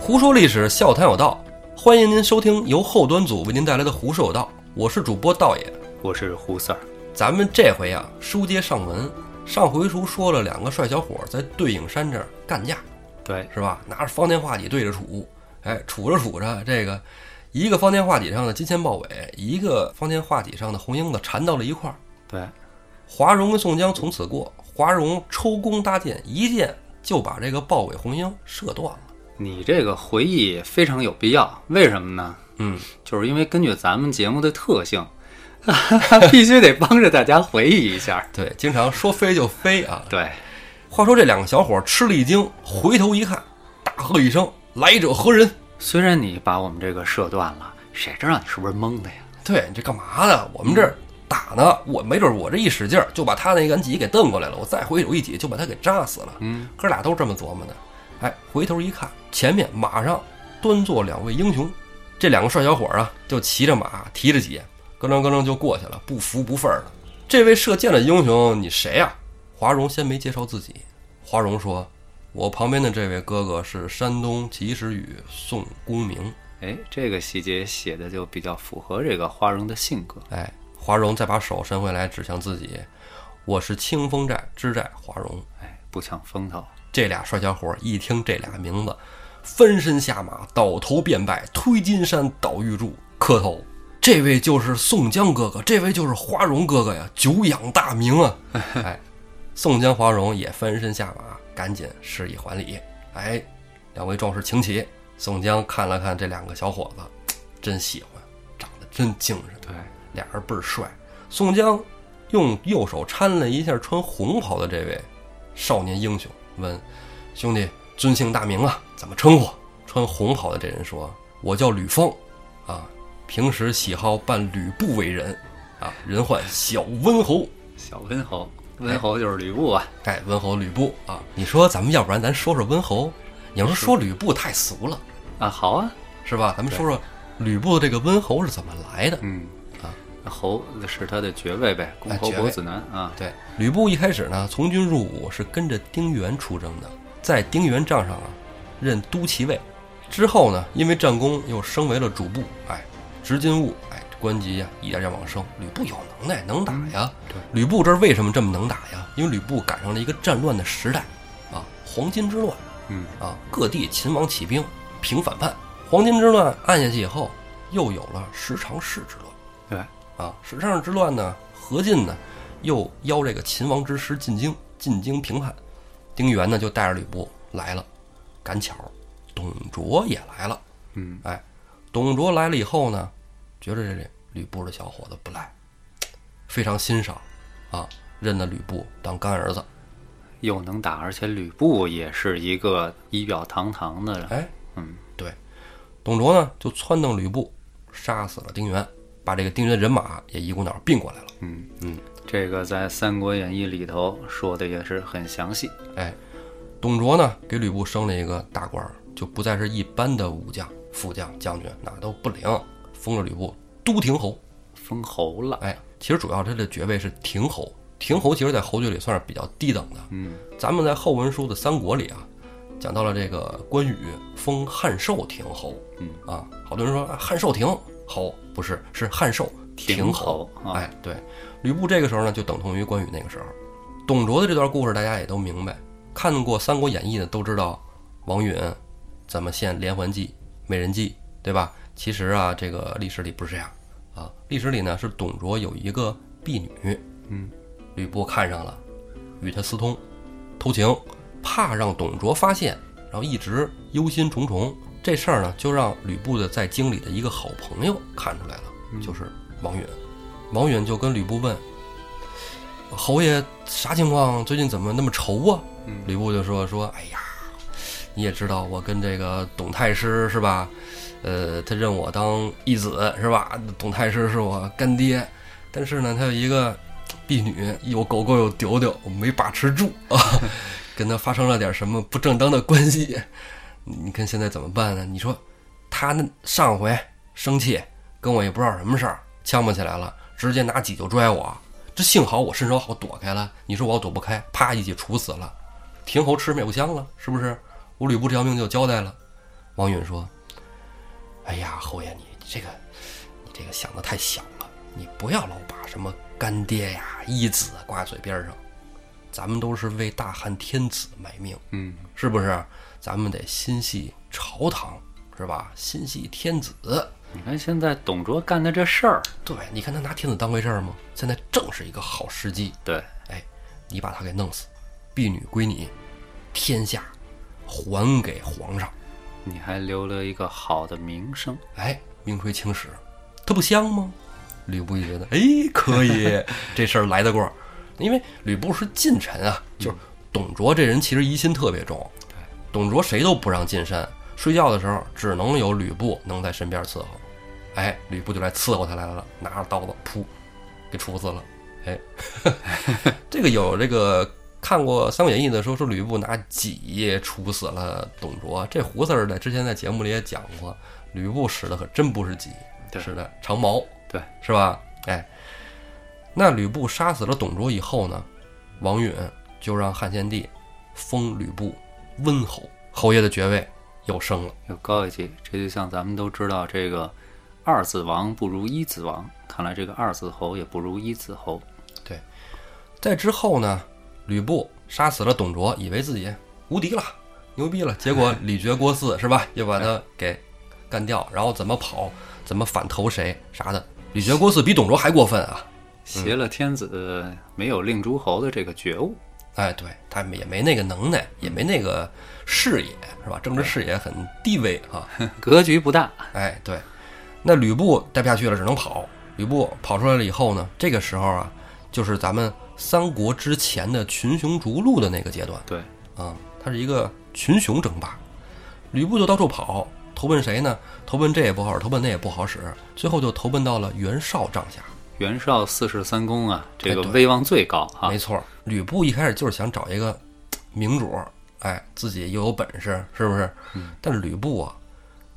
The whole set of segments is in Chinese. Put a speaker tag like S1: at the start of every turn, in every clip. S1: 胡说历史，笑谈有道，欢迎您收听由后端组为您带来的《胡说有道》，我是主播道爷。
S2: 我是胡四儿。
S1: 咱们这回啊，书接上文，上回书说了两个帅小伙在对影山这儿干架，
S2: 对，
S1: 是吧？拿着方天画戟对着杵，哎，杵着杵着，这个一个方天画戟上的金钱豹尾，一个方天画戟上的红缨子缠到了一块儿。
S2: 对，
S1: 华容跟宋江从此过，华容抽弓搭箭，一箭就把这个豹尾红缨射断了。
S2: 你这个回忆非常有必要，为什么呢？
S1: 嗯，
S2: 就是因为根据咱们节目的特性， 必须得帮着大家回忆一下。
S1: 对，经常说飞就飞啊。
S2: 对，
S1: 话说这两个小伙吃了一惊，回头一看，大喝一声：“来者何人
S2: 虽然你把我们这个射断了，谁知道你是不是蒙的呀？？”
S1: 对你这干嘛呢？我们这儿打呢，我没准我这一使劲儿就把他那杆戟给蹬过来了，我再回手一戟就把他给扎死了。
S2: 嗯，
S1: 哥俩都这么琢磨的。哎，回头一看，前面马上端坐两位英雄，这两个帅小伙儿啊，就骑着马，提着戟，咯楞咯楞就过去了，不服不忿儿的。这位射箭的英雄，你谁呀、华容先没介绍自己，华容说：“我旁边的这位哥哥是山东及时雨宋公明。
S2: 哎，这个细节写的就比较符合这个花荣的性格。”
S1: 哎，华容再把手伸回来指向自己：“我是清风寨知寨华容。”
S2: 哎，不抢风头。
S1: 这俩帅小伙儿一听这俩名字，翻身下马，倒头便拜，推金山，倒玉柱，磕头。这位就是宋江哥哥，这位就是华容哥哥呀，久仰大名啊！哎，宋江、华容也翻身下马，赶紧施以还礼。哎，两位壮士请起。宋江看了看这两个小伙子，真喜欢，长得真精神。
S2: 对，
S1: 俩人倍儿帅。宋江用右手搀了一下穿红袍的这位少年英雄，问：“兄弟，尊姓大名啊？怎么称呼？”穿红袍的这人说：“我叫吕方，啊，平时喜好扮吕布为人，啊，人唤小温侯。
S2: 小温侯，温侯就是吕布啊。
S1: 哎，温侯吕布啊，你说咱们要不然咱说说温侯？你要是说吕布太俗了，
S2: 啊，好啊。
S1: 是吧？咱们说说吕布这个温侯是怎么来的？
S2: 嗯，
S1: 啊，
S2: 侯是他的爵位呗，公
S1: 哎
S2: 侯
S1: 爵位
S2: 伯子男啊。
S1: 对，吕布一开始呢，从军入伍是跟着丁原出征的，在丁原帐上啊，任都骑尉。之后呢，因为战功又升为了主簿，哎，执金吾，哎，官级呀、一点点往升。吕布有能耐，能打呀。
S2: 对
S1: 吕布这儿为什么这么能打呀？因为吕布赶上了一个战乱的时代，啊，黄巾之乱。
S2: 嗯，
S1: 啊，各地秦王起兵平反叛。黄巾之乱按下去以后，又有了十常侍之乱。
S2: 对，
S1: 啊，十常侍之乱呢，何进呢又邀这个秦王之师进京，进京平叛。丁原呢就带着吕布来了，赶巧，董卓也来了。
S2: 嗯，
S1: 哎，董卓来了以后呢，觉着这吕布这小伙子不赖，非常欣赏，啊，认了吕布当干儿子。
S2: 又能打，而且吕布也是一个仪表堂堂的人。
S1: 哎，
S2: 嗯，
S1: 对，董卓呢就撺掇吕布杀死了丁原，把这个丁原人马也一股脑儿并过来了。
S2: 嗯
S1: 嗯，
S2: 这个在《三国演义》里头说的也是很详细。
S1: 哎，董卓呢给吕布升了一个大官儿，就不再是一般的武将、副将、将军，哪都不领，封了吕布都亭侯。
S2: 封侯了，
S1: 哎，其实主要他的爵位是亭侯，亭侯其实在侯爵里算是比较低等的。
S2: 嗯，
S1: 咱们在后文书的三国里啊，讲到了这个关羽封汉寿亭侯。
S2: 嗯
S1: 啊，好多人说啊汉寿亭侯不是，是汉寿亭
S2: 亭
S1: 侯。
S2: 侯啊，
S1: 哎，对，吕布这个时候呢，就等同于关羽那个时候。董卓的这段故事大家也都明白，看过《三国演义》的都知道，王允怎么献连环计、美人计，对吧？其实啊，这个历史里不是这样啊，历史里呢是董卓有一个婢女，
S2: 嗯，
S1: 吕布看上了，与他私通，偷情，怕让董卓发现，然后一直忧心忡忡。这事儿呢，就让吕布的在京里的一个好朋友看出来了，
S2: 嗯
S1: 就是王允。王允就跟吕布问：“侯爷啥情况？最近怎么那么愁啊？”
S2: 嗯
S1: 吕布就说：“说哎呀，你也知道我跟这个董太师是吧？呃，他认我当义子是吧？董太师是我干爹，但是呢，他有一个婢女，有狗狗有丢丢，我没把持住 啊，跟他发生了点什么不正当的关系。你看现在怎么办呢？你说他那上回生气跟我也不知道什么事儿，呛不起来了，直接拿戟就拽我。这幸好我身手好躲开了，你说我要躲不开，啪一戟处死了，亭侯吃灭不香了，是不是？我吕布这条命就交代了。王允说：“哎呀，侯爷，你这个，你这个想的太小了，你不要老把什么干爹呀、义子啊挂嘴边上，咱们都是为大汉天子卖命，
S2: 嗯，
S1: 是不是？咱们得心系朝堂，是吧？心系天子。
S2: 你看现在董卓干的这事儿，
S1: 对，你看他拿天子当回事儿吗？现在正是一个好时机。
S2: 对，
S1: 哎，你把他给弄死，婢女归你，天下还给皇上。
S2: 你还留了一个好的名声，
S1: 哎，名垂青史，它不香吗？吕布一觉得，哎，可以，这事儿来得过，因为吕布是近臣啊，就是董卓这人其实疑心特别重，董卓谁都不让近身，睡觉的时候只能有吕布能在身边伺候，哎，吕布就来伺候他来了，拿着刀子噗，给处死了，哎，这个有这个。看过《三国演义》的时候，说吕布拿戟处死了董卓。这胡四儿在之前在节目里也讲过，吕布使的可真不是戟，
S2: 对
S1: 使的长矛，
S2: 对，
S1: 是吧？哎，那吕布杀死了董卓以后呢，王允就让汉献帝封吕布温侯，侯爷的爵位又升了。
S2: 又高一级。这就像咱们都知道，这个二子王不如一子王，看来这个二子侯也不如一子侯。
S1: 在之后呢，吕布杀死了董卓，以为自己无敌了，牛逼了。结果李傕、郭汜是吧，又把他给干掉，然后怎么跑，怎么反投谁啥的。李傕、郭汜比董卓还过分啊！
S2: 挟了天子，没有令诸侯的这个觉悟。
S1: 哎，对他也没那个能耐，也没那个视野，是吧？政治视野很低微啊。
S2: 格局不大，
S1: 哎，对，那吕布待不下去了，只能跑。吕布跑出来了以后呢，这个时候啊，就是咱们三国之前的群雄逐鹿的那个阶段
S2: 对，
S1: 啊，它是一个群雄争霸。吕布就到处跑，投奔谁呢？投奔这也不好使，投奔那也不好使，最后就投奔到了袁绍帐下。
S2: 袁绍四世三公啊，这个
S1: 哎对
S2: 威望最高啊哈、
S1: 没错，吕布一开始就是想找一个明主，哎，自己又有本事，是不是？但是吕布啊，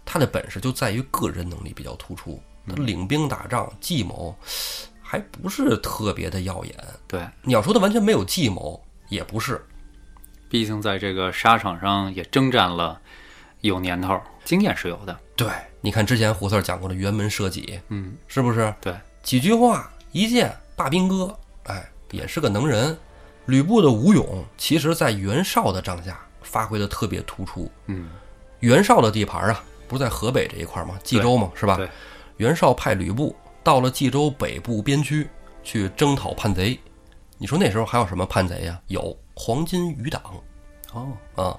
S1: 他的本事就在于个人能力比较突出，他领兵打仗计谋还不是特别的耀眼。
S2: 对，
S1: 你要说他完全没有计谋，也不是。
S2: 毕竟在这个沙场上也征战了有年头，经验是有的。
S1: 对，你看之前胡四儿讲过的辕门射戟，
S2: 嗯，
S1: 是不是？
S2: 对，
S1: 几句话一箭罢兵戈，哎，也是个能人。吕布的武勇，其实在袁绍的帐下发挥的特别突出。
S2: 嗯，
S1: 袁绍的地盘啊，不是在河北这一块儿吗？冀州嘛，是吧
S2: 对？
S1: 袁绍派吕布到了冀州北部边区去征讨叛贼。你说那时候还有什么叛贼呀、有黄巾余党
S2: 哦，
S1: 啊，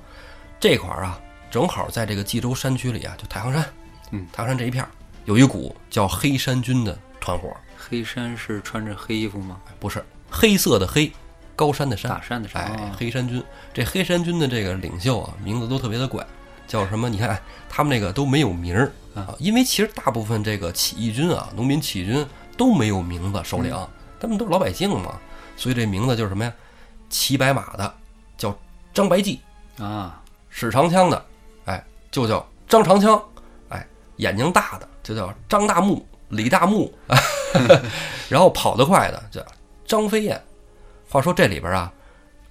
S1: 这块儿啊，正好在这个冀州山区里啊，就太行山，
S2: 嗯，
S1: 太行山这一片儿有一股叫黑山军的团伙，
S2: 黑山是穿着黑衣服吗？
S1: 不是黑色的黑，高山的山，
S2: 大山的山。
S1: 哎
S2: 哦，
S1: 黑山军这黑山军的这个领袖啊，名字都特别的怪，叫什么？你看哎他们那个都没有名儿
S2: 嗯
S1: 啊，因为其实大部分这个起义军啊，农民起义军都没有名字，首领
S2: 嗯
S1: 他们都是老百姓嘛，所以这名字就是什么呀？骑白马的叫张白济，
S2: 啊，
S1: 使长枪的，哎，就叫张长枪，哎，眼睛大的就叫张大木、李大木， 然后跑得快的叫张飞燕。话说这里边啊，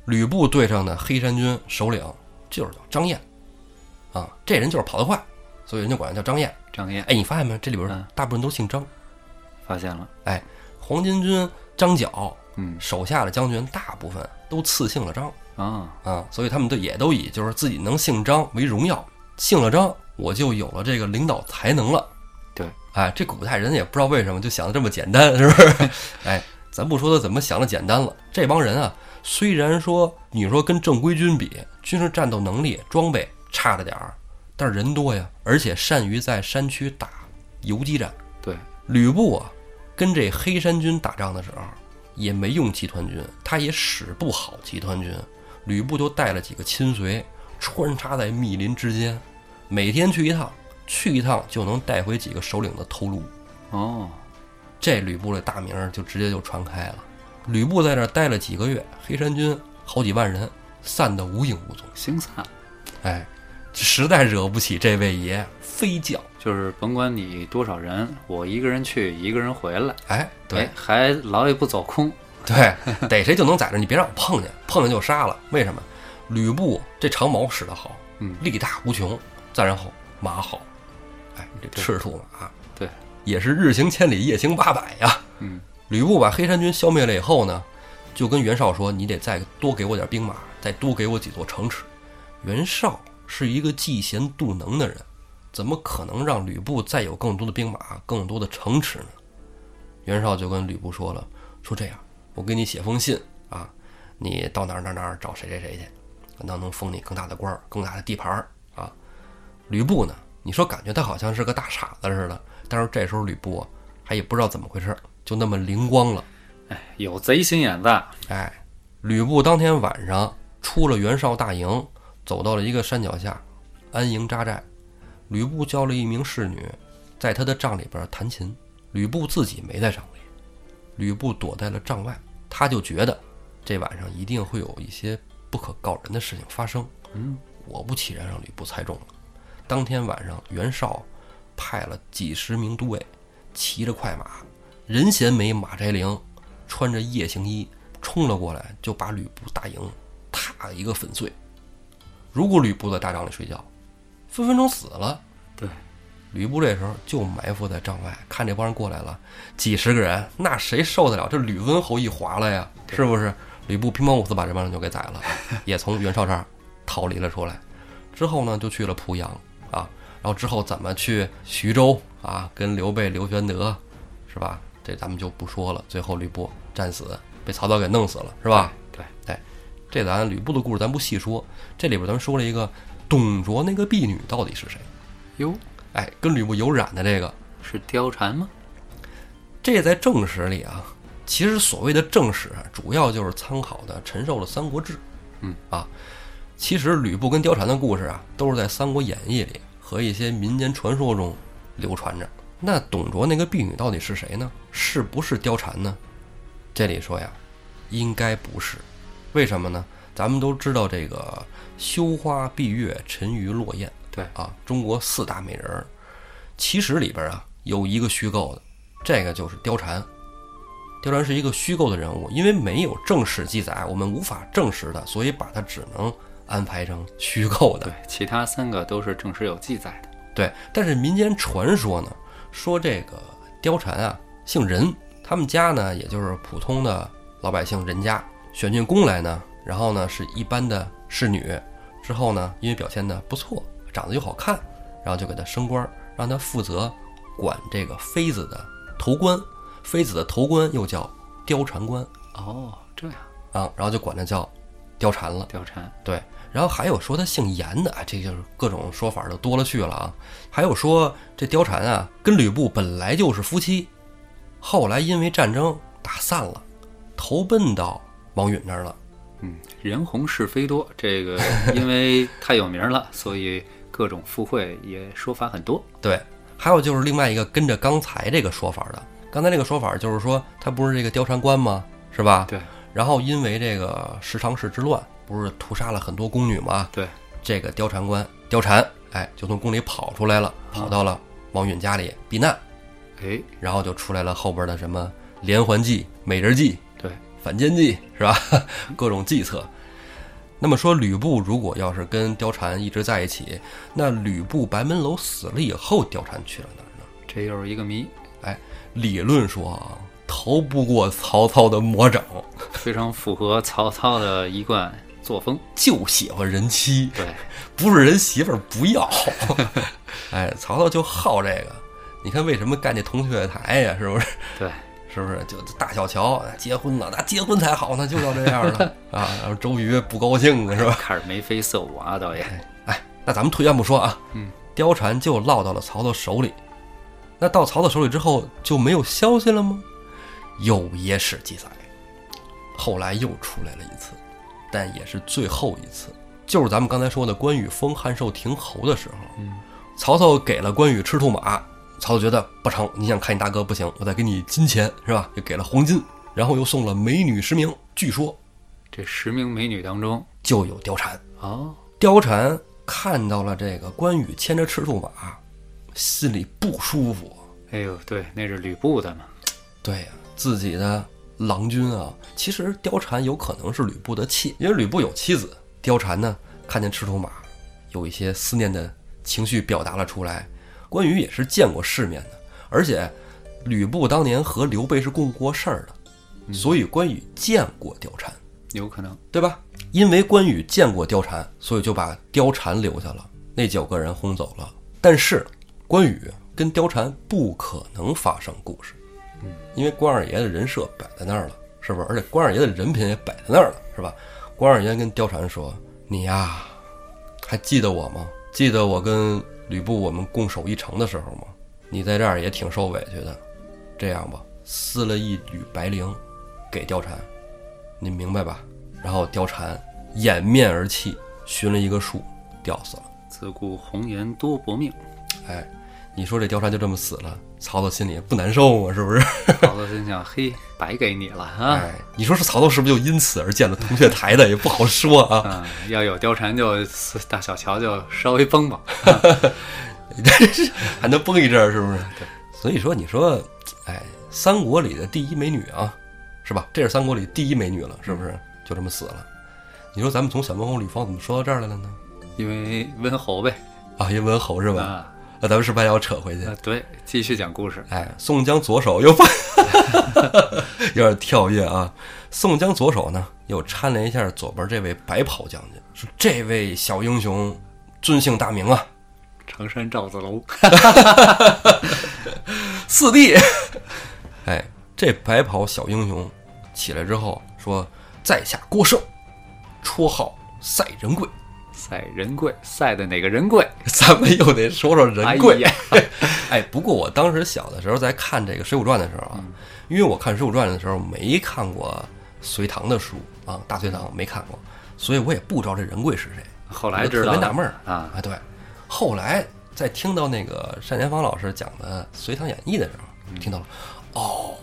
S1: 吕布对上的黑山军首领就是叫张燕，啊，这人就是跑得快，所以人家管他叫张燕。
S2: 张燕
S1: 哎，你发现没有？这里边
S2: 嗯
S1: 大部分都姓张。
S2: 发现了。
S1: 哎，黄巾军张角
S2: 嗯
S1: 手下的将军大部分都赐姓了张。
S2: 啊，
S1: 啊，所以他们都也都以就是自己能姓张为荣耀，姓了张，我就有了这个领导才能了。
S2: 对，
S1: 哎，这古代人也不知道为什么就想的这么简单，是不是？哎，咱不说他怎么想的简单了，这帮人啊，虽然说你说跟正规军比，军事战斗能力、装备差了点儿，但是人多呀，而且善于在山区打游击战。
S2: 对，
S1: 吕布啊，跟这黑山军打仗的时候，也没用集团军，他也使不好集团军。吕布就带了几个亲随，穿插在密林之间，每天去一趟，去一趟就能带回几个首领的头颅。
S2: 哦，
S1: 这吕布的大名儿就直接就传开了。吕布在这儿待了几个月，黑山军好几万人散得无影无踪。
S2: 星散
S1: 哎，实在惹不起这位爷飞将。
S2: 就是甭管你多少人，我一个人去，一个人回来，
S1: 哎，对
S2: 哎，还老也不走空。
S1: 对，逮谁就能宰着，你别让我碰见，碰见就杀了。为什么？吕布这长矛使得好，
S2: 嗯
S1: 力大无穷。再然后，马好，哎，这
S2: 对
S1: 赤兔马，啊
S2: 对，
S1: 也是日行千里，夜行八百呀。
S2: 嗯，
S1: 吕布把黑山军消灭了以后呢，就跟袁绍说：“你得再多给我点兵马，再多给我几座城池。”袁绍是一个嫉贤妒能的人，怎么可能让吕布再有更多的兵马、更多的城池呢？袁绍就跟吕布说了：“说这样，我给你写封信啊，你到哪儿哪儿哪儿找谁谁谁去，可能能封你更大的官儿、更大的地盘儿啊。”吕布呢，你说感觉他好像是个大傻子似的，但是这时候吕布啊还也不知道怎么回事儿，就那么灵光了。
S2: 哎，有贼心眼子，
S1: 哎，吕布当天晚上出了袁绍大营，走到了一个山脚下，安营扎寨。吕布叫了一名侍女，在他的帐里边弹琴。吕布自己没在帐里，吕布躲在了帐外。他就觉得这晚上一定会有一些不可告人的事情发生。
S2: 嗯，
S1: 果不其然，让吕布猜中了。当天晚上，袁绍派了几十名都尉，骑着快马，人衔枚，马摘翎，穿着夜行衣冲了过来，就把吕布大营踏一个粉碎。如果吕布在大帐里睡觉，分分钟死了。
S2: 对，
S1: 吕布这时候就埋伏在帐外，看这帮人过来了，几十个人，那谁受得了？这吕温侯一划拉呀，是不是？吕布乒乓五四把这帮人就给宰了，也从袁绍这儿逃离了出来。之后呢，就去了濮阳啊，然后之后怎么去徐州啊，跟刘备、刘玄德，是吧？这咱们就不说了。最后吕布战死，被曹操给弄死了，是吧？哎
S2: 对，
S1: 这咱吕布的故事咱不细说，这里边咱们说了一个董卓那个婢女到底是谁？
S2: 哟，
S1: 哎，跟吕布有染的这个，
S2: 是貂蝉吗？
S1: 这在正史里啊，其实所谓的正史啊，主要就是参考的陈寿的《三国志》。
S2: 嗯
S1: 啊，其实吕布跟貂蝉的故事啊，都是在《三国演义》里和一些民间传说中流传着。那董卓那个婢女到底是谁呢？是不是貂蝉呢？这里说呀，应该不是。为什么呢？咱们都知道这个羞花、闭月、沉鱼落雁，
S2: 对
S1: 啊，中国四大美人儿，其实里边啊有一个虚构的，这个就是貂蝉。貂蝉是一个虚构的人物，因为没有正史记载，我们无法证实的，所以把它只能安排成虚构的
S2: 对。，其他三个都是正史有记载的。
S1: 对，但是民间传说呢，说这个貂蝉啊姓任，他们家呢也就是普通的老百姓人家，选进宫来呢，然后呢是一般的侍女，之后呢因为表现的不错，长得又好看，然后就给她升官儿，让她负责管这个妃子的头冠，妃子的头冠又叫貂蝉冠
S2: 哦，这样，
S1: 啊，然后就管她叫貂蝉了。
S2: 貂蝉，
S1: 对，然后还有说他姓严的，哎，这就是各种说法就多了去了啊。还有说这貂蝉啊，跟吕布本来就是夫妻，后来因为战争打散了，投奔到王允那儿了。
S2: 嗯，人红是非多，这 个因为太有名了，所以各种附会也说法很多。
S1: 对，还有就是另外一个跟着刚才这个说法的，刚才这个说法就是说他不是这个貂蝉关吗？是吧？
S2: 对
S1: 然后因为这个十常侍之乱，不是屠杀了很多宫女吗？
S2: 对，
S1: 这个貂蝉关貂蝉，哎，就从宫里跑出来了，
S2: 嗯
S1: 跑到了王允家里避难。
S2: 哎，
S1: 然后就出来了后边的什么连环计、美人计、
S2: 对，
S1: 反间计，是吧？ 各种计策。那么说，吕布如果要是跟貂蝉一直在一起，那吕布白门楼死了以后，貂蝉去了哪儿呢？
S2: 这又是一个谜，
S1: 理论说啊，逃不过曹操的魔掌，
S2: 非常符合曹操的一贯作风。
S1: 就喜欢人妻，
S2: 对，
S1: 不是人媳妇儿不要。 哎，曹操就好这个。你看为什么干这铜雀台呀？是不是？
S2: 对，
S1: 是不是？就大小乔哎结婚了，那结婚才好呢，就要这样的啊。然后周瑜不高兴呢，是吧？
S2: 卡尔眉飞色舞啊，导演。
S1: 哎，那咱们退一万步说啊，
S2: 嗯，
S1: 貂蝉就落到了曹操手里。那到曹操手里之后就没有消息了吗？有野史记载，后来又出来了一次，但也是最后一次，就是咱们刚才说的关羽封汉寿亭侯的时候，
S2: 嗯，
S1: 曹操给了关羽赤兔马，曹操觉得不成，你想看你大哥不行，我再给你金钱是吧？又给了黄金，然后又送了美女十名，据说
S2: 这十名美女当中，
S1: 就有貂蝉。
S2: 哦，
S1: 貂蝉看到了这个关羽牵着赤兔马，心里不舒服。
S2: 哎呦，对，那是吕布的嘛。
S1: 对呀、自己的郎君啊，其实貂蝉有可能是吕布的妾，因为吕布有妻子。貂蝉呢，看见赤兔马，有一些思念的情绪表达了出来。关羽也是见过世面的，而且吕布当年和刘备是共过事儿的，所以关羽见过貂蝉，
S2: 有可能
S1: 对吧？因为关羽见过貂蝉，所以就把貂蝉留下了，那九个人轰走了。但是关羽跟貂蝉不可能发生故事，因为关二爷的人设摆在那儿了，是不是？而且关二爷的人品也摆在那儿了，是吧？关二爷跟貂蝉说：“你呀、还记得我吗？记得我跟吕布我们共守一城的时候吗？你在这儿也挺受委屈的。这样吧，撕了一缕白绫给貂蝉，你明白吧？然后貂蝉掩面而泣，寻了一个树，吊死了。
S2: 自古红颜多薄 命，
S1: 哎，你说这貂蝉就这么死了，曹操心里不难受啊吗？是不是？
S2: 曹操心想：嘿，白给你了啊！
S1: 哎，你说是曹操是不是就因此而建了铜雀台的？也不好说啊。
S2: 啊，要有貂蝉就大小乔就稍微崩吧。
S1: 还能崩一阵儿，是不是？所以说，你说，哎，三国里的第一美女啊，是吧？这是三国里第一美女了，是不是？
S2: 嗯
S1: 就这么死了。你说咱们从小文侯吕方怎么说到这儿来了呢？
S2: 因为温侯呗
S1: 啊，因文侯是吧？
S2: 啊，
S1: 那咱们是不是还要扯回去？
S2: 啊对，继续讲故事。
S1: 哎，宋江左手又放， 有点跳跃啊。宋江左手呢，又搀了一下左边这位白袍将军，说：“这位小英雄，尊姓大名啊？
S2: 常山赵子龙，
S1: 四弟。 哎，这白袍小英雄起来之后说：“在下郭胜，绰号赛仁贵。
S2: 赛仁贵，赛的哪个仁贵？”
S1: 咱们又得说说仁贵。
S2: 哎呀
S1: 哎，不过我当时小的时候在看这个《水浒传》的时候啊，
S2: 嗯
S1: 因为我看《水浒传》的时候没看过隋唐的书啊，大隋唐没看过，所以我也不知道这仁贵是谁。
S2: 后来知道
S1: 我
S2: 了
S1: 就特别纳闷儿
S2: 啊，
S1: 啊，对。后来在听到那个单田芳老师讲的《隋唐演义》的时候，听到了，哦，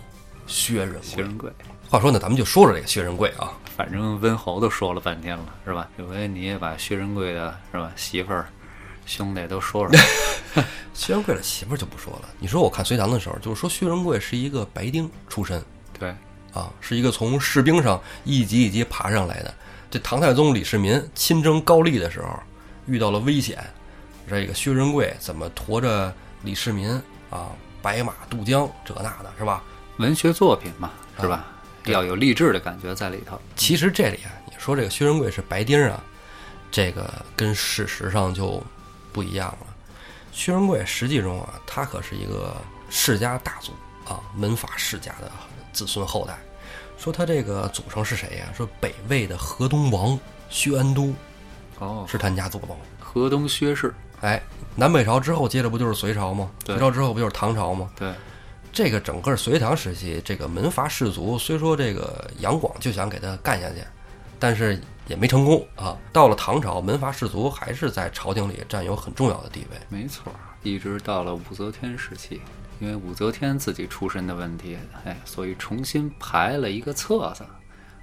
S1: 薛仁
S2: 嗯薛
S1: 贵。
S2: 仁贵。
S1: 话说呢，咱们就说说这个薛仁贵啊，
S2: 反正温侯都说了半天了，是吧？有回你也把薛仁贵的是吧媳妇儿、兄弟都 说说，
S1: 薛仁贵的媳妇儿就不说了。你说我看隋唐的时候，就是说薛仁贵是一个白丁出身
S2: 对，
S1: 啊，是一个从士兵上一级一级爬上来的。这唐太宗李世民亲征高丽的时候，遇到了危险，这个薛仁贵怎么驮着李世民啊，白马渡江这那的，是吧？
S2: 文学作品嘛，是吧？
S1: 啊对
S2: 要有励志的感觉在里头。
S1: 其实这里啊，你说这个薛仁贵是白丁儿啊，这个跟事实上就啊不一样了。薛仁贵实际中啊，他可是一个世家大族啊，门阀世家的子孙后代。说他这个祖上是谁呀、说北魏的河东王薛安都
S2: 哦，
S1: 是他们家祖宗。
S2: 河东薛氏，
S1: 哎，南北朝之后接着不就是隋朝吗？
S2: 对
S1: 隋朝之后不就是唐朝吗？
S2: 对，
S1: 这个整个隋唐时期，这个门阀士族虽说这个杨广就想给他干下去，但是也没成功啊。到了唐朝，门阀士族还是在朝廷里占有很重要的地位。
S2: 没错儿，一直到了武则天时期，因为武则天自己出身的问题，哎，所以重新排了一个册子，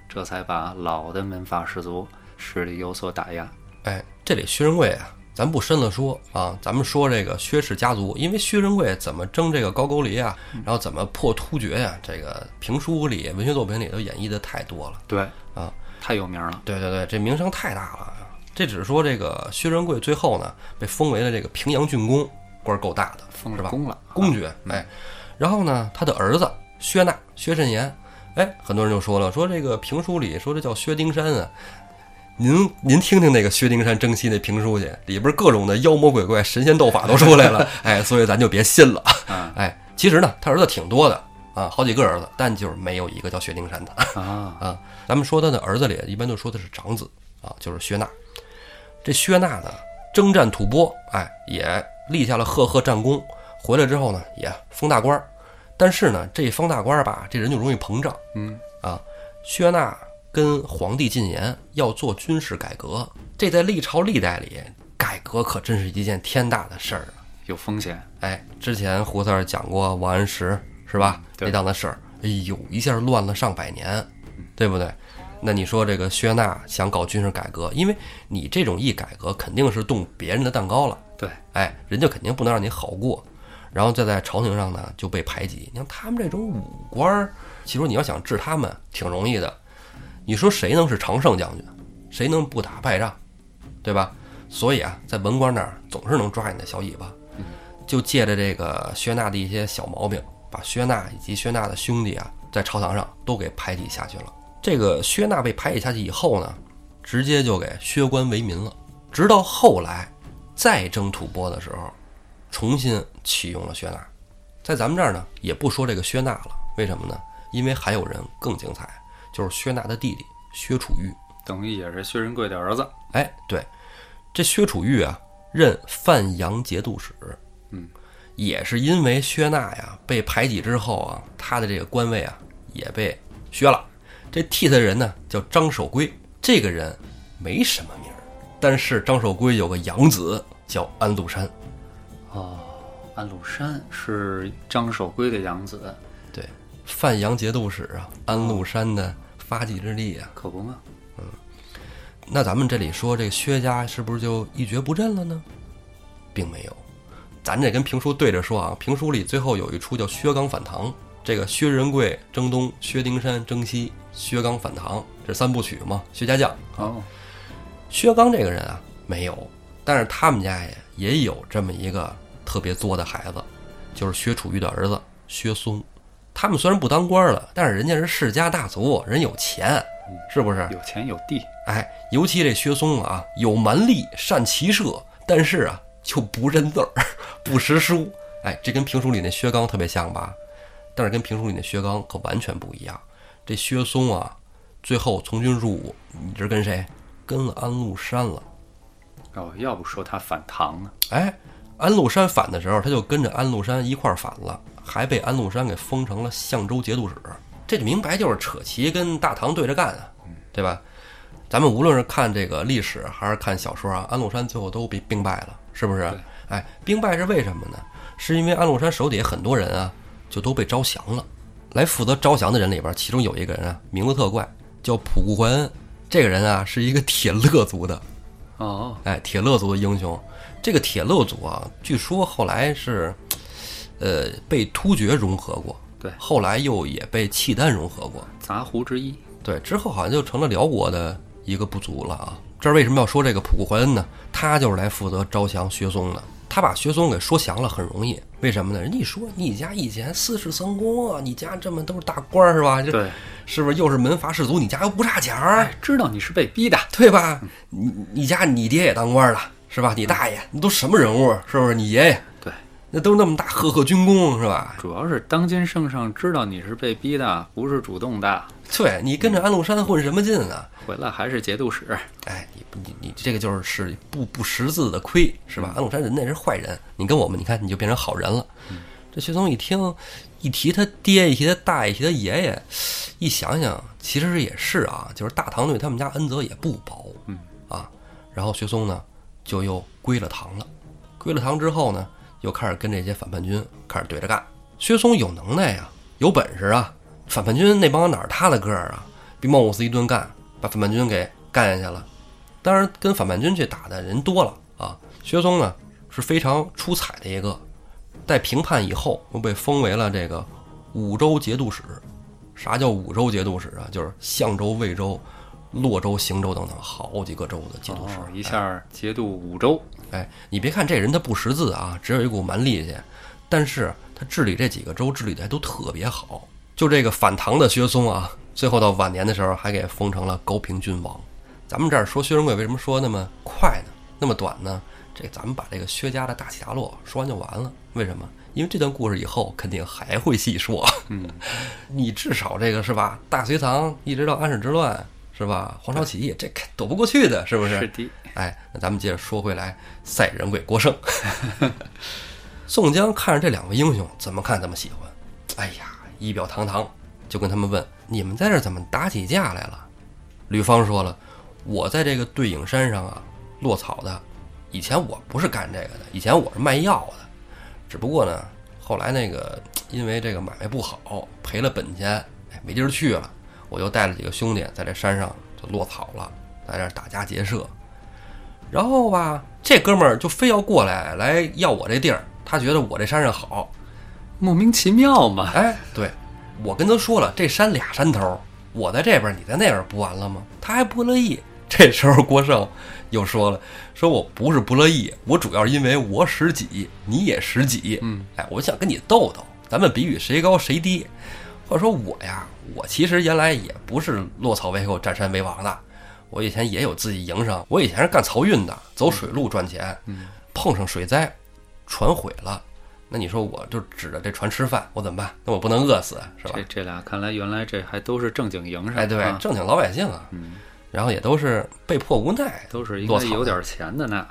S2: 这才把老的门阀士族势力有所打压。
S1: 哎，这里薛仁贵啊，咱不深了说啊，咱们说这个薛氏家族，因为薛仁贵怎么争这个高句丽啊，然后怎么破突厥呀、这个评书里、文学作品里都演绎的太多了。
S2: 对，
S1: 啊，
S2: 太有名了。
S1: 对对对，这名声太大了。啊这只是说这个薛仁贵最后呢，被封为了这个平阳郡公，官儿够大的，
S2: 封
S1: 是
S2: 了
S1: 吧？
S2: 功了，
S1: 公爵，哎，然后呢，他的儿子薛讷、薛慎言，哎，很多人就说了，说这个评书里说这叫薛丁山啊，您您听听那个薛丁山征西那评书去，里边各种的妖魔鬼怪、神仙斗法都出来了，哎，所以咱就别信了，
S2: 啊
S1: 哎，其实呢，他儿子挺多的啊，好几个儿子，但就是没有一个叫薛丁山的。
S2: 啊，
S1: 啊，咱们说他的儿子里，一般都说他是长子啊，就是薛讷。这薛讷呢，征战吐蕃，哎，也立下了赫赫战功。回来之后呢，也封大官儿，但是呢，这封大官儿吧，这人就容易膨胀
S2: 嗯，
S1: 啊。薛讷跟皇帝进言要做军事改革，这在历朝历代里，改革可真是一件天大的事儿啊。
S2: 有风险，
S1: 哎，之前胡四儿讲过王安石是吧？
S2: 对
S1: 那档子事儿，哎呦，一下乱了上百年，对不对？那你说这个薛讷想搞军事改革，因为你这种一改革肯定是动别人的蛋糕了，
S2: 对，
S1: 哎，人家肯定不能让你好过，然后再在朝廷上呢就被排挤。你像他们这种武官儿，其实你要想治他们挺容易的，你说谁能是常胜将军？谁能不打败仗？对吧？所以啊，在文官那儿总是能抓你的小尾巴。就借着这个薛纳的一些小毛病，把薛纳以及薛纳的兄弟啊，在朝堂上都给排挤下去了。这个薛纳被排挤下去以后呢，直接就给削官为民了。直到后来再征吐蕃的时候，重新启用了薛纳。在咱们这儿呢，也不说这个薛纳了，为什么呢？因为还有人更精彩，就是薛纳的弟弟薛楚玉。
S2: 等于也是薛仁贵的儿子。
S1: 哎，对，这薛楚玉啊，任范阳节度使。
S2: 嗯，
S1: 也是因为薛纳呀被排挤之后啊，他的这个官位啊也被削了。这替他人呢叫张守珪，这个人没什么名儿，但是张守珪有个养子叫安禄山。
S2: 哦，安禄山是张守珪的养子，
S1: 对，范阳节度使啊，安禄山的发迹之地啊。
S2: 可不嘛？
S1: 那咱们这里说这个薛家是不是就一蹶不振了呢？并没有，咱这跟评书对着说啊。评书里最后有一出叫《薛刚反唐》，这个薛仁贵征东，薛丁山征西，薛刚反唐这三部曲嘛。薛家将，
S2: 哦，
S1: 薛刚这个人啊没有，但是他们家也也有这么一个特别作的孩子，就是薛楚玉的儿子薛松。他们虽然不当官了，但是人家是世家大族，人有钱，是不是？
S2: 有钱有地，
S1: 哎，尤其这薛松啊，有蛮力，善骑射，但是啊，就不认字儿， 不识书。哎，这跟评书里那薛刚特别像吧？但是跟评书里那薛刚可完全不一样。这薛松啊，最后从军入伍，你知跟谁？跟了安禄山了。
S2: 哦，要不说他反唐呢？
S1: 哎，安禄山反的时候，他就跟着安禄山一块儿反了，还被安禄山给封成了相州节度使。这明白就是扯旗跟大唐对着干啊，对吧？咱们无论是看这个历史还是看小说啊，安禄山最后都被兵败了，是不是
S2: 对？
S1: 哎，兵败是为什么呢？是因为安禄山手底下很多人啊，就都被招降了。来负责招降的人里边，其中有一个人啊，名字特怪，叫普固怀恩。这个人啊，是一个铁勒族的，
S2: 哦，
S1: 哎，铁勒族的英雄。这个铁勒族啊，据说后来是，呃，被突厥融合过，
S2: 对
S1: 后来又也被契丹融合过，
S2: 杂胡之一，
S1: 对，之后好像就成了辽国的一个部族了啊。这儿为什么要说这个普固怀恩呢？他就是来负责招降薛松的。他把薛松给说降了，很容易。为什么呢？人家一说你家以前四世三公啊，你家这么都是大官儿是吧？这
S2: 对， 哎
S1: 是不是又是门阀士族？你家又不差钱儿，
S2: 知道你是被逼的，
S1: 对吧？你你家你爹也当官了是吧？你大爷，你都什么人物？是不是？你爷爷
S2: 对，
S1: 那都那么大赫赫军功是吧？
S2: 主要是当今圣上知道你是被逼的，不是主动的，
S1: 对你跟着安禄山混什么劲啊？
S2: 回来还是节度使，
S1: 哎，你不你你这个就是是不不识字的亏是吧？安禄山人那是坏人，你跟我们你看你就变成好人了。这薛松一听，一提他爹，一提他大爷，一提他爷爷，一想想其实也是啊，就是大唐对他们家恩泽也不薄，
S2: 嗯
S1: 啊，然后薛松呢就又归了唐了，归了唐之后呢，又开始跟这些反叛军开始对着干。薛松有能耐啊，有本事啊，反叛军那帮哪儿他的个儿啊？比孟武斯一顿干，把反叛军给干下去了。当然，跟反叛军去打的人多了啊。薛松呢是非常出彩的一个，在平叛以后又被封为了这个五州节度使。啥叫五州节度使啊？就是相州、魏州、洛州、行州等等好几个州的节度使。
S2: 哦，一下节度五州，
S1: 哎，你别看这人他不识字啊，只有一股蛮力气，但是他治理这几个州治理的还都特别好。就这个反唐的薛松啊，最后到晚年的时候还给封成了高平郡王。咱们这儿说薛仁贵为什么说那么快呢？那么短呢？这咱们把这个薛家的大起大落说完就完了。为什么？因为这段故事以后肯定还会细说。
S2: 嗯，
S1: 你至少这个是吧？大隋唐一直到安史之乱是吧？黄巢起义这肯躲不过去的，是不
S2: 是的，
S1: 哎，那咱们接着说回来，赛仁贵郭盛， 宋江看着这两位英雄，怎么看怎么喜欢。哎呀，仪表堂堂，就跟他们问：“你们在这儿怎么打起架来了？”吕方说了：“我在这个对影山上啊落草的，以前我不是干这个的，以前我是卖药的，只不过呢，后来那个因为这个买卖不好，赔了本钱，哎，没地儿去了，我就带了几个兄弟在这山上就落草了，在这儿打家劫舍。然后吧，这哥们儿就非要过来来要我这地儿，他觉得我这山上好。
S2: 莫名其妙嘛，
S1: 哎，对，我跟他说了，这山俩山头，我在这边，你在那边，不完了吗？他还不乐意，这时候郭胜又说了：“ 说我不是不乐意，我主要是因为我识几，你也识几，
S2: 嗯，
S1: 哎，我想跟你斗斗，咱们比比谁高谁低。或者说我呀，我其实原来也不是落草为寇、占山为王的，我以前也有自己营生，我以前是干漕运的，走水路赚钱。
S2: 嗯
S1: 碰上水灾，船毁了，那你说我就指着这船吃饭，我怎么办？那我不能饿死是吧
S2: 这？这俩看来原来这还都是正经营生，
S1: 哎，对
S2: 啊，
S1: 正经老百姓啊，
S2: 嗯，
S1: 然后也都是被迫无奈。
S2: 都是应
S1: 落
S2: 该
S1: 草
S2: 有
S1: 了
S2: 点钱的呢。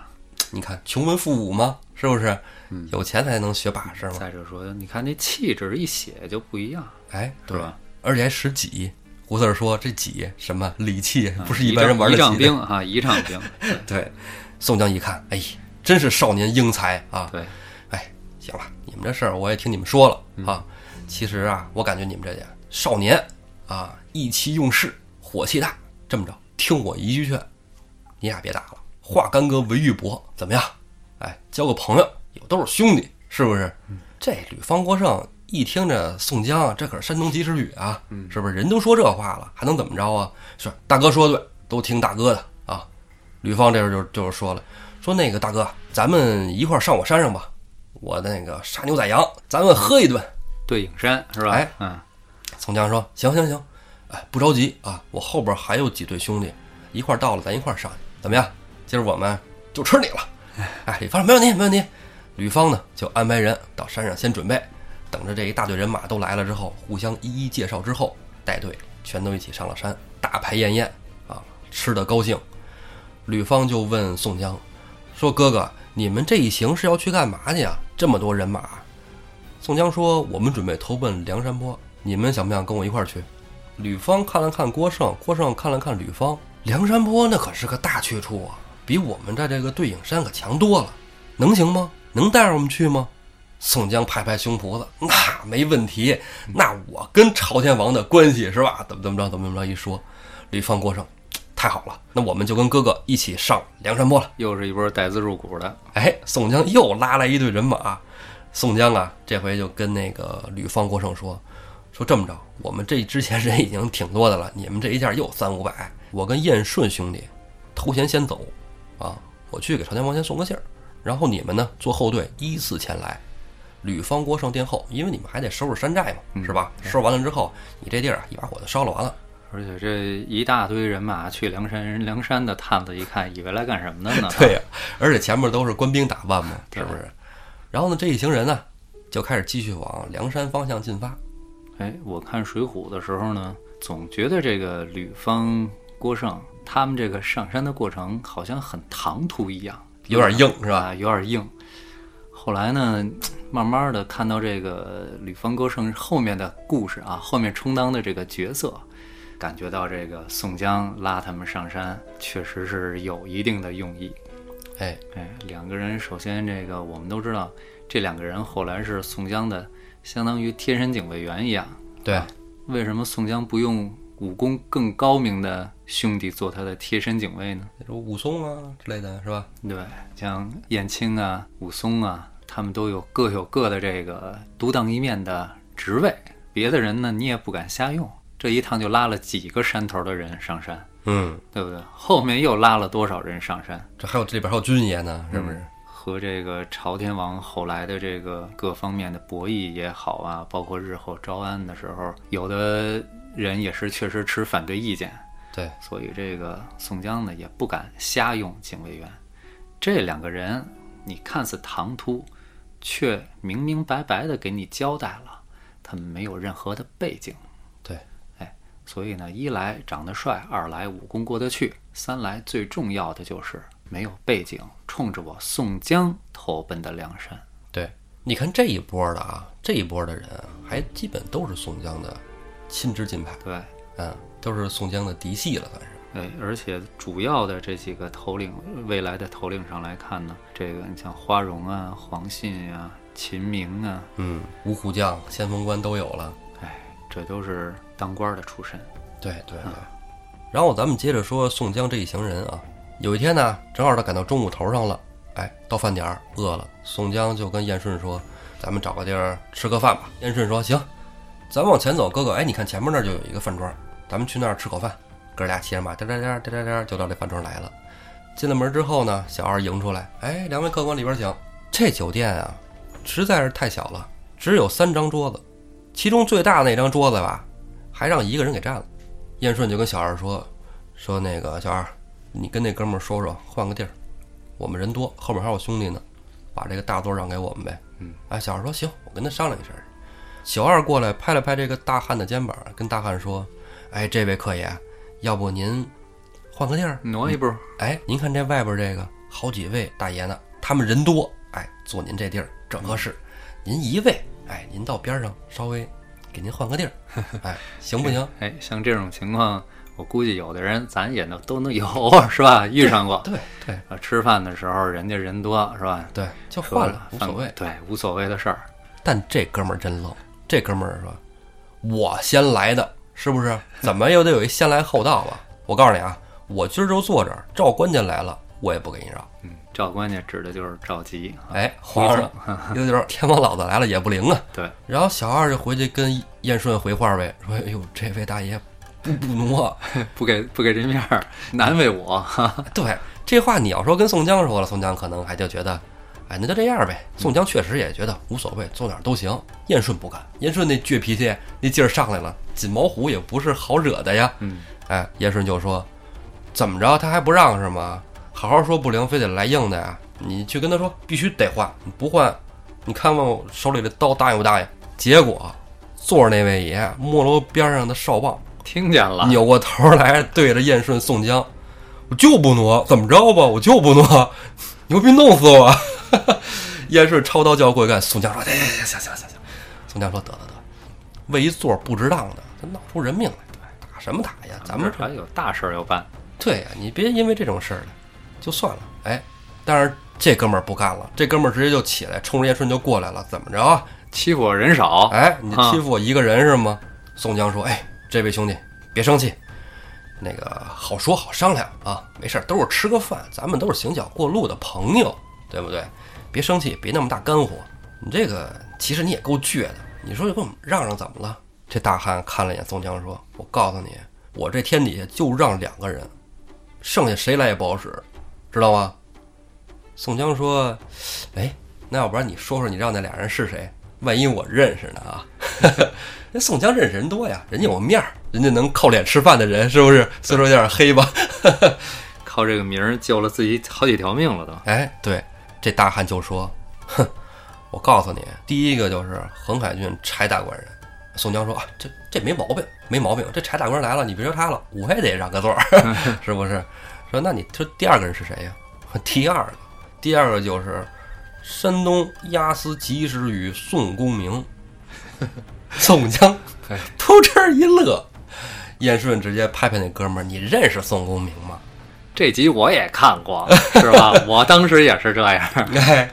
S1: 你看，穷文富武嘛，是不是？
S2: 嗯
S1: 有钱才能学把式嘛。
S2: 再者说，你看那气质一写就不一样，
S1: 哎，
S2: 是
S1: 对，
S2: 吧？
S1: 而且还识几。胡四儿说：“这几什么礼器，
S2: 啊
S1: 不是一般人玩得
S2: 一仗
S1: 起的。
S2: 兵啊，一仗 兵，
S1: 对，宋江一看，哎，真是少年英才啊！
S2: 对，
S1: 哎，行了，你们这事儿我也听你们说了啊。其实啊，我感觉你们这些少年啊，意气用事，火气大。这么着，听我一句劝，你俩别打了，化干戈为玉帛，怎么样？哎，交个朋友，有都是兄弟，是不是？这吕方国胜一听这宋江啊，这可是山东及时雨啊，是不是？人都说这话了，还能怎么着啊？是大哥说得对，都听大哥的啊。吕方这时候就就是说了，说那个大哥，咱们一块儿上我山上吧，我那个杀牛宰羊，咱们喝一顿。
S2: 对影山是吧？
S1: 哎
S2: 嗯，
S1: 宋江说：“行行行，哎，不着急啊，我后边还有几对兄弟，一块儿到了咱一块儿上去，怎么样？今儿我们就吃你了。”哎，李方说：“没问题，没问题。”吕方呢就安排人到山上先准备，等着这一大队人马都来了之后，互相一一介绍之后，带队全都一起上了山，大排宴宴啊，吃的高兴。吕方就问宋江说：“哥哥，你们这一行是要去干嘛去啊？这么多人马。”宋江说：“我们准备投奔梁山泊，你们想不想跟我一块儿去？”吕方看了看郭胜，郭胜看了看吕方，梁山泊那可是个大去处啊，比我们在这个对影山可强多了，能行吗？能带着我们去吗？宋江拍拍胸脯子，那没问题，那我跟朝天王的关系是吧？怎么怎么着，怎么怎么着一说，吕方郭胜，太好了，那我们就跟哥哥一起上梁山泊了。
S2: 又是一波带资入股的，
S1: 哎，宋江又拉来一队人马。宋江啊，这回就跟那个吕方、郭胜说：“说这么着，我们这之前人已经挺多的了，你们这一下又三五百，我跟燕顺兄弟头衔先走，啊，我去给朝天王先送个信儿，然后你们呢做后队依次前来。吕方、郭胜殿后，因为你们还得收拾山寨嘛，是吧？收拾完了之后，你这地儿啊一把火就烧了完了。？
S2: 而且这一大堆人马去梁山，人梁山的探子一看，以为来干什么的呢
S1: 对呀、而且前面都是官兵打扮嘛，是
S2: 对
S1: 不是？然后呢，这一行人呢、就开始继续往梁山方向进发。
S2: 哎，我看《水浒》的时候呢，总觉得这个吕方、郭胜他们这个上山的过程好像很唐突一样，
S1: 有点硬是吧？
S2: 啊，有点硬。后来呢，慢慢的看到这个吕方、郭胜后面的故事啊，后面充当的这个角色，感觉到这个宋江拉他们上山，确实是有一定的用意。
S1: 哎，
S2: 哎，两个人首先这个我们都知道，这两个人后来是宋江的，相当于贴身警卫员一样。
S1: 对，
S2: 为什么宋江不用武功更高明的兄弟做他的贴身警卫呢？
S1: 那种武松啊之类的是吧？
S2: 对，像燕青啊、武松啊，他们都有各有各的这个独当一面的职位，别的人呢你也不敢瞎用。这一趟就拉了几个山头的人上山，
S1: 嗯，
S2: 对不对？后面又拉了多少人上山？
S1: 这还有这里边还有军爷呢，是不是？
S2: 和这个朝天王后来的这个各方面的博弈也好啊，包括日后招安的时候，有的人也是确实持反对意见，
S1: 对，
S2: 所以这个宋江呢也不敢瞎用警卫员。这两个人，你看似唐突，却明明白白的给你交代了，他们没有任何的背景。
S1: 对，
S2: 哎，所以呢，一来长得帅，二来武功过得去，三来最重要的就是没有背景，冲着我宋江投奔的梁山。
S1: 对，你看这一波的啊，这一波的人啊还基本都是宋江的亲之近派，
S2: 对，
S1: 嗯，都是宋江的嫡系了，算是。
S2: 哎，而且主要的这几个头领，未来的头领上来看呢，这个你像花荣啊、黄信啊、秦明啊，
S1: 嗯，五虎将、先锋官都有了。
S2: 哎，这都是当官的出身。
S1: 对对对。然后咱们接着说宋江这一行人啊，有一天呢，正好他赶到中午头上了，哎，到饭点儿饿了，宋江就跟燕顺说：“咱们找个地儿吃个饭吧。”燕顺说：“行，咱往前走，哥哥，哎，你看前面那儿就有一个饭庄，咱们去那儿吃口饭。”哥俩骑着马，颠颠颠颠颠颠就到这饭庄来了。进了门之后呢，小二迎出来，哎，两位客官里边请。这酒店啊，实在是太小了，只有三张桌子，其中最大的那张桌子吧，还让一个人给占了。燕顺就跟小二说：“说那个小二，你跟那哥们儿说说，换个地儿，我们人多，后面还有兄弟呢，把这个大桌让给我们呗。”
S2: 嗯，
S1: 哎，小二说：“行，我跟他商量一声。”小二过来拍了拍这个大汉的肩膀，跟大汉说：“哎，这位客爷，要不您换个地儿，
S2: 挪一步，
S1: 哎，您看这外边这个好几位大爷呢，他们人多，哎，坐您这地儿正合适。您一位，哎，您到边上稍微给您换个地儿，哎，行不行？
S2: 哎，像这种情况，我估计有的人咱也能都能有，偶尔是吧？ 遇上过
S1: 对对
S2: 啊，吃饭的时候人家人多是吧？
S1: 对，就
S2: 说
S1: 换了，无
S2: 犯
S1: 所谓。
S2: 对，无所谓的事儿。
S1: 但这哥们儿真愣，这哥们儿说：“我先来的，是不是？怎么也得有一先来后到吧？我告诉你啊，我今儿就坐这儿，赵官家来了，我也不给你让。
S2: 嗯，赵官家指的就是赵佶啊，
S1: 哎，皇上，有点儿天王老子来了也不灵啊。”
S2: 对，
S1: 然后小二就回去跟燕顺回话呗，说：“哎呦，这位大爷不不挪。
S2: 不给不给这面儿，难为我。 哈哈”
S1: 对，这话你要说跟宋江说了，宋江可能还就觉得，哎，那就这样呗。宋江确实也觉得无所谓，坐哪儿都行。燕顺不敢，燕顺那倔脾气那劲儿上来了，锦毛虎也不是好惹的呀。
S2: 嗯，
S1: 哎，燕顺就说：“怎么着，他还不让是吗？好好说不灵，非得来硬的呀？你去跟他说，必须得换，你不换，你看看我手里的刀答应不答应？”结果坐着那位爷摸楼边上的哨棒，
S2: 听见了，
S1: 扭过头来对着燕顺、宋江：“我就不挪，怎么着吧？我就不挪，牛逼弄死我！”燕顺抄刀就要过去干，宋江说：“行行行行行行。”宋江说：“得得得，为一座不值当的，他闹出人命来，打什么打呀？咱们这
S2: 还有大事儿要办。
S1: 对呀、你别因为这种事儿了，就算了。哎，但是这哥们儿不干了，这哥们儿直接就起来，冲着叶顺就过来了，怎么着啊？
S2: 欺负我人少，
S1: 哎，你欺负我一个人是吗？宋江说：“哎，这位兄弟，别生气，那个好说好商量啊，没事儿，都是吃个饭，咱们都是行脚过路的朋友，对不对？别生气，别那么大肝火。你这个其实你也够倔的，你说给我们让让怎么了？”这大汉看了一眼宋江，说：“我告诉你，我这天底下就让两个人，剩下谁来也不好使，知道吗？”宋江说：“哎，那要不然你说说你让那俩人是谁？万一我认识呢啊？ 那宋江认识人多呀，人家有面儿，人家能靠脸吃饭的人，是不是？虽说有点黑吧。
S2: 靠这个名儿救了自己好几条命了都。
S1: 哎，对，这大汉就说：‘哼，我告诉你，第一个就是横海郡柴大官人。’宋江说：‘啊，这这没毛病，没毛病。这柴大官人来了，你别说他了，我也得让个座儿， 是不是？说那你说第二个人是谁呀？ 第二个，第二个就是山东押司及时雨宋公明。 宋江
S2: 哎
S1: 扑哧一乐，燕顺直接拍拍那哥们儿：‘你认识宋公明吗？’
S2: 这集我也看过，是吧？ 我当时也是这样。
S1: 哎，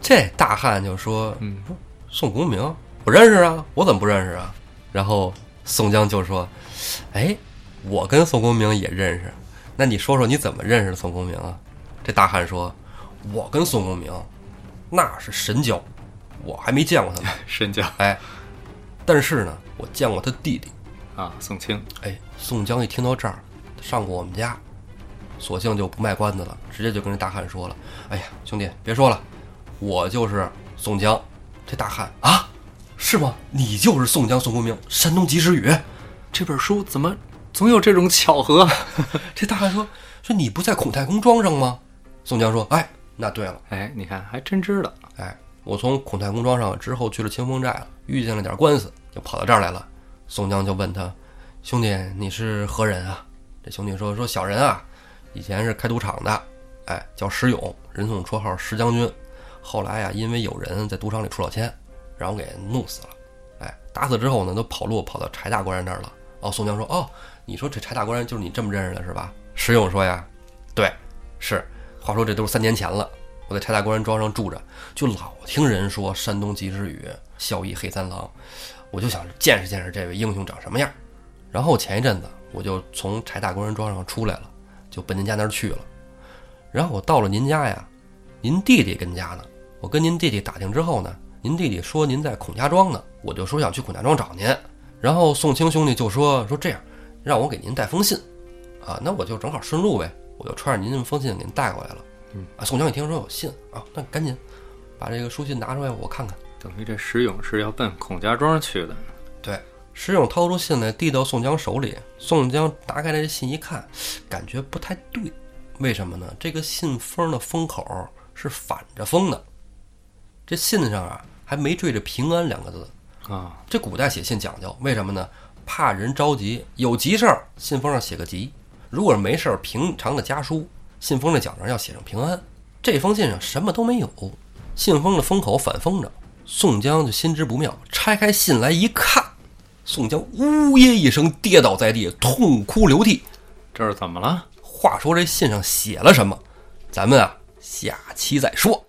S1: 这大汉就说
S2: 嗯，：“
S1: 宋公明，我认识啊，我怎么不认识啊？”然后宋江就说：“哎，我跟宋公明也认识，那你说说你怎么认识的宋公明啊？”这大汉说：“我跟宋公明那是神交，我还没见过他们。
S2: 深交
S1: 哎，但是呢，我见过他弟弟。
S2: 啊，宋清
S1: 哎，宋江一听到这儿，上过我们家，索性就不卖关子了，直接就跟这大汉说了：“哎呀，兄弟，别说了，我就是宋江。”这大汉啊，是吗？你就是宋江宋公明，山东及时雨。
S2: 这本书怎么总有这种巧合？
S1: 这大汉说：“说你不在孔太公庄上吗？”宋江说：“哎，那对了，
S2: 哎，你看还真知道。
S1: 哎，我从孔太公庄上之后去了清风寨了，遇见了点官司，就跑到这儿来了。宋江就问他：“兄弟，你是何人啊？”这兄弟说：“说小人啊，以前是开赌场的，哎，叫石勇，人送绰号石将军。后来呀、因为有人在赌场里出老千，让我给弄死了。哎，打死之后呢，都跑路跑到柴大官人那儿了。哦，宋江说：哦，你说这柴大官人就是你这么认识的是吧？石勇说呀，对，是。话说这都是三年前了，我在柴大官人庄上住着，就老听人说山东及时雨孝义黑三郎，我就想见识见识这位英雄长什么样。然后前一阵子我就从柴大官人庄上出来了，就奔您家那儿去了。然后我到了您家呀，您弟弟跟家呢。我跟您弟弟打听之后呢，您弟弟说您在孔家庄呢，我就说想去孔家庄找您。然后宋清兄弟就说说这样，让我给您带封信，啊，那我就正好顺路呗，我就揣着您那封信给您带过来了。
S2: 嗯
S1: 啊，宋江一听说有信啊，那赶紧把这个书信拿出来，我看看。
S2: 等于这石勇是要奔孔家庄去的。
S1: 对，石勇掏出信来递到宋江手里，宋江打开这信一看，感觉不太对，为什么呢？这个信封的封口是反着封的，这信上啊还没缀着“平安”两个字。
S2: 啊，
S1: 这古代写信讲究，为什么呢？怕人着急，有急事儿，信封上写个急；如果是没事儿，平常的家书，信封的角上要写上平安。这封信上什么都没有，信封的封口反封着。宋江就心知不妙，拆开信来一看，宋江呜咽一声跌倒在地，痛哭流涕。
S2: 这是怎么了？
S1: 话说这信上写了什么，咱们啊下期再说。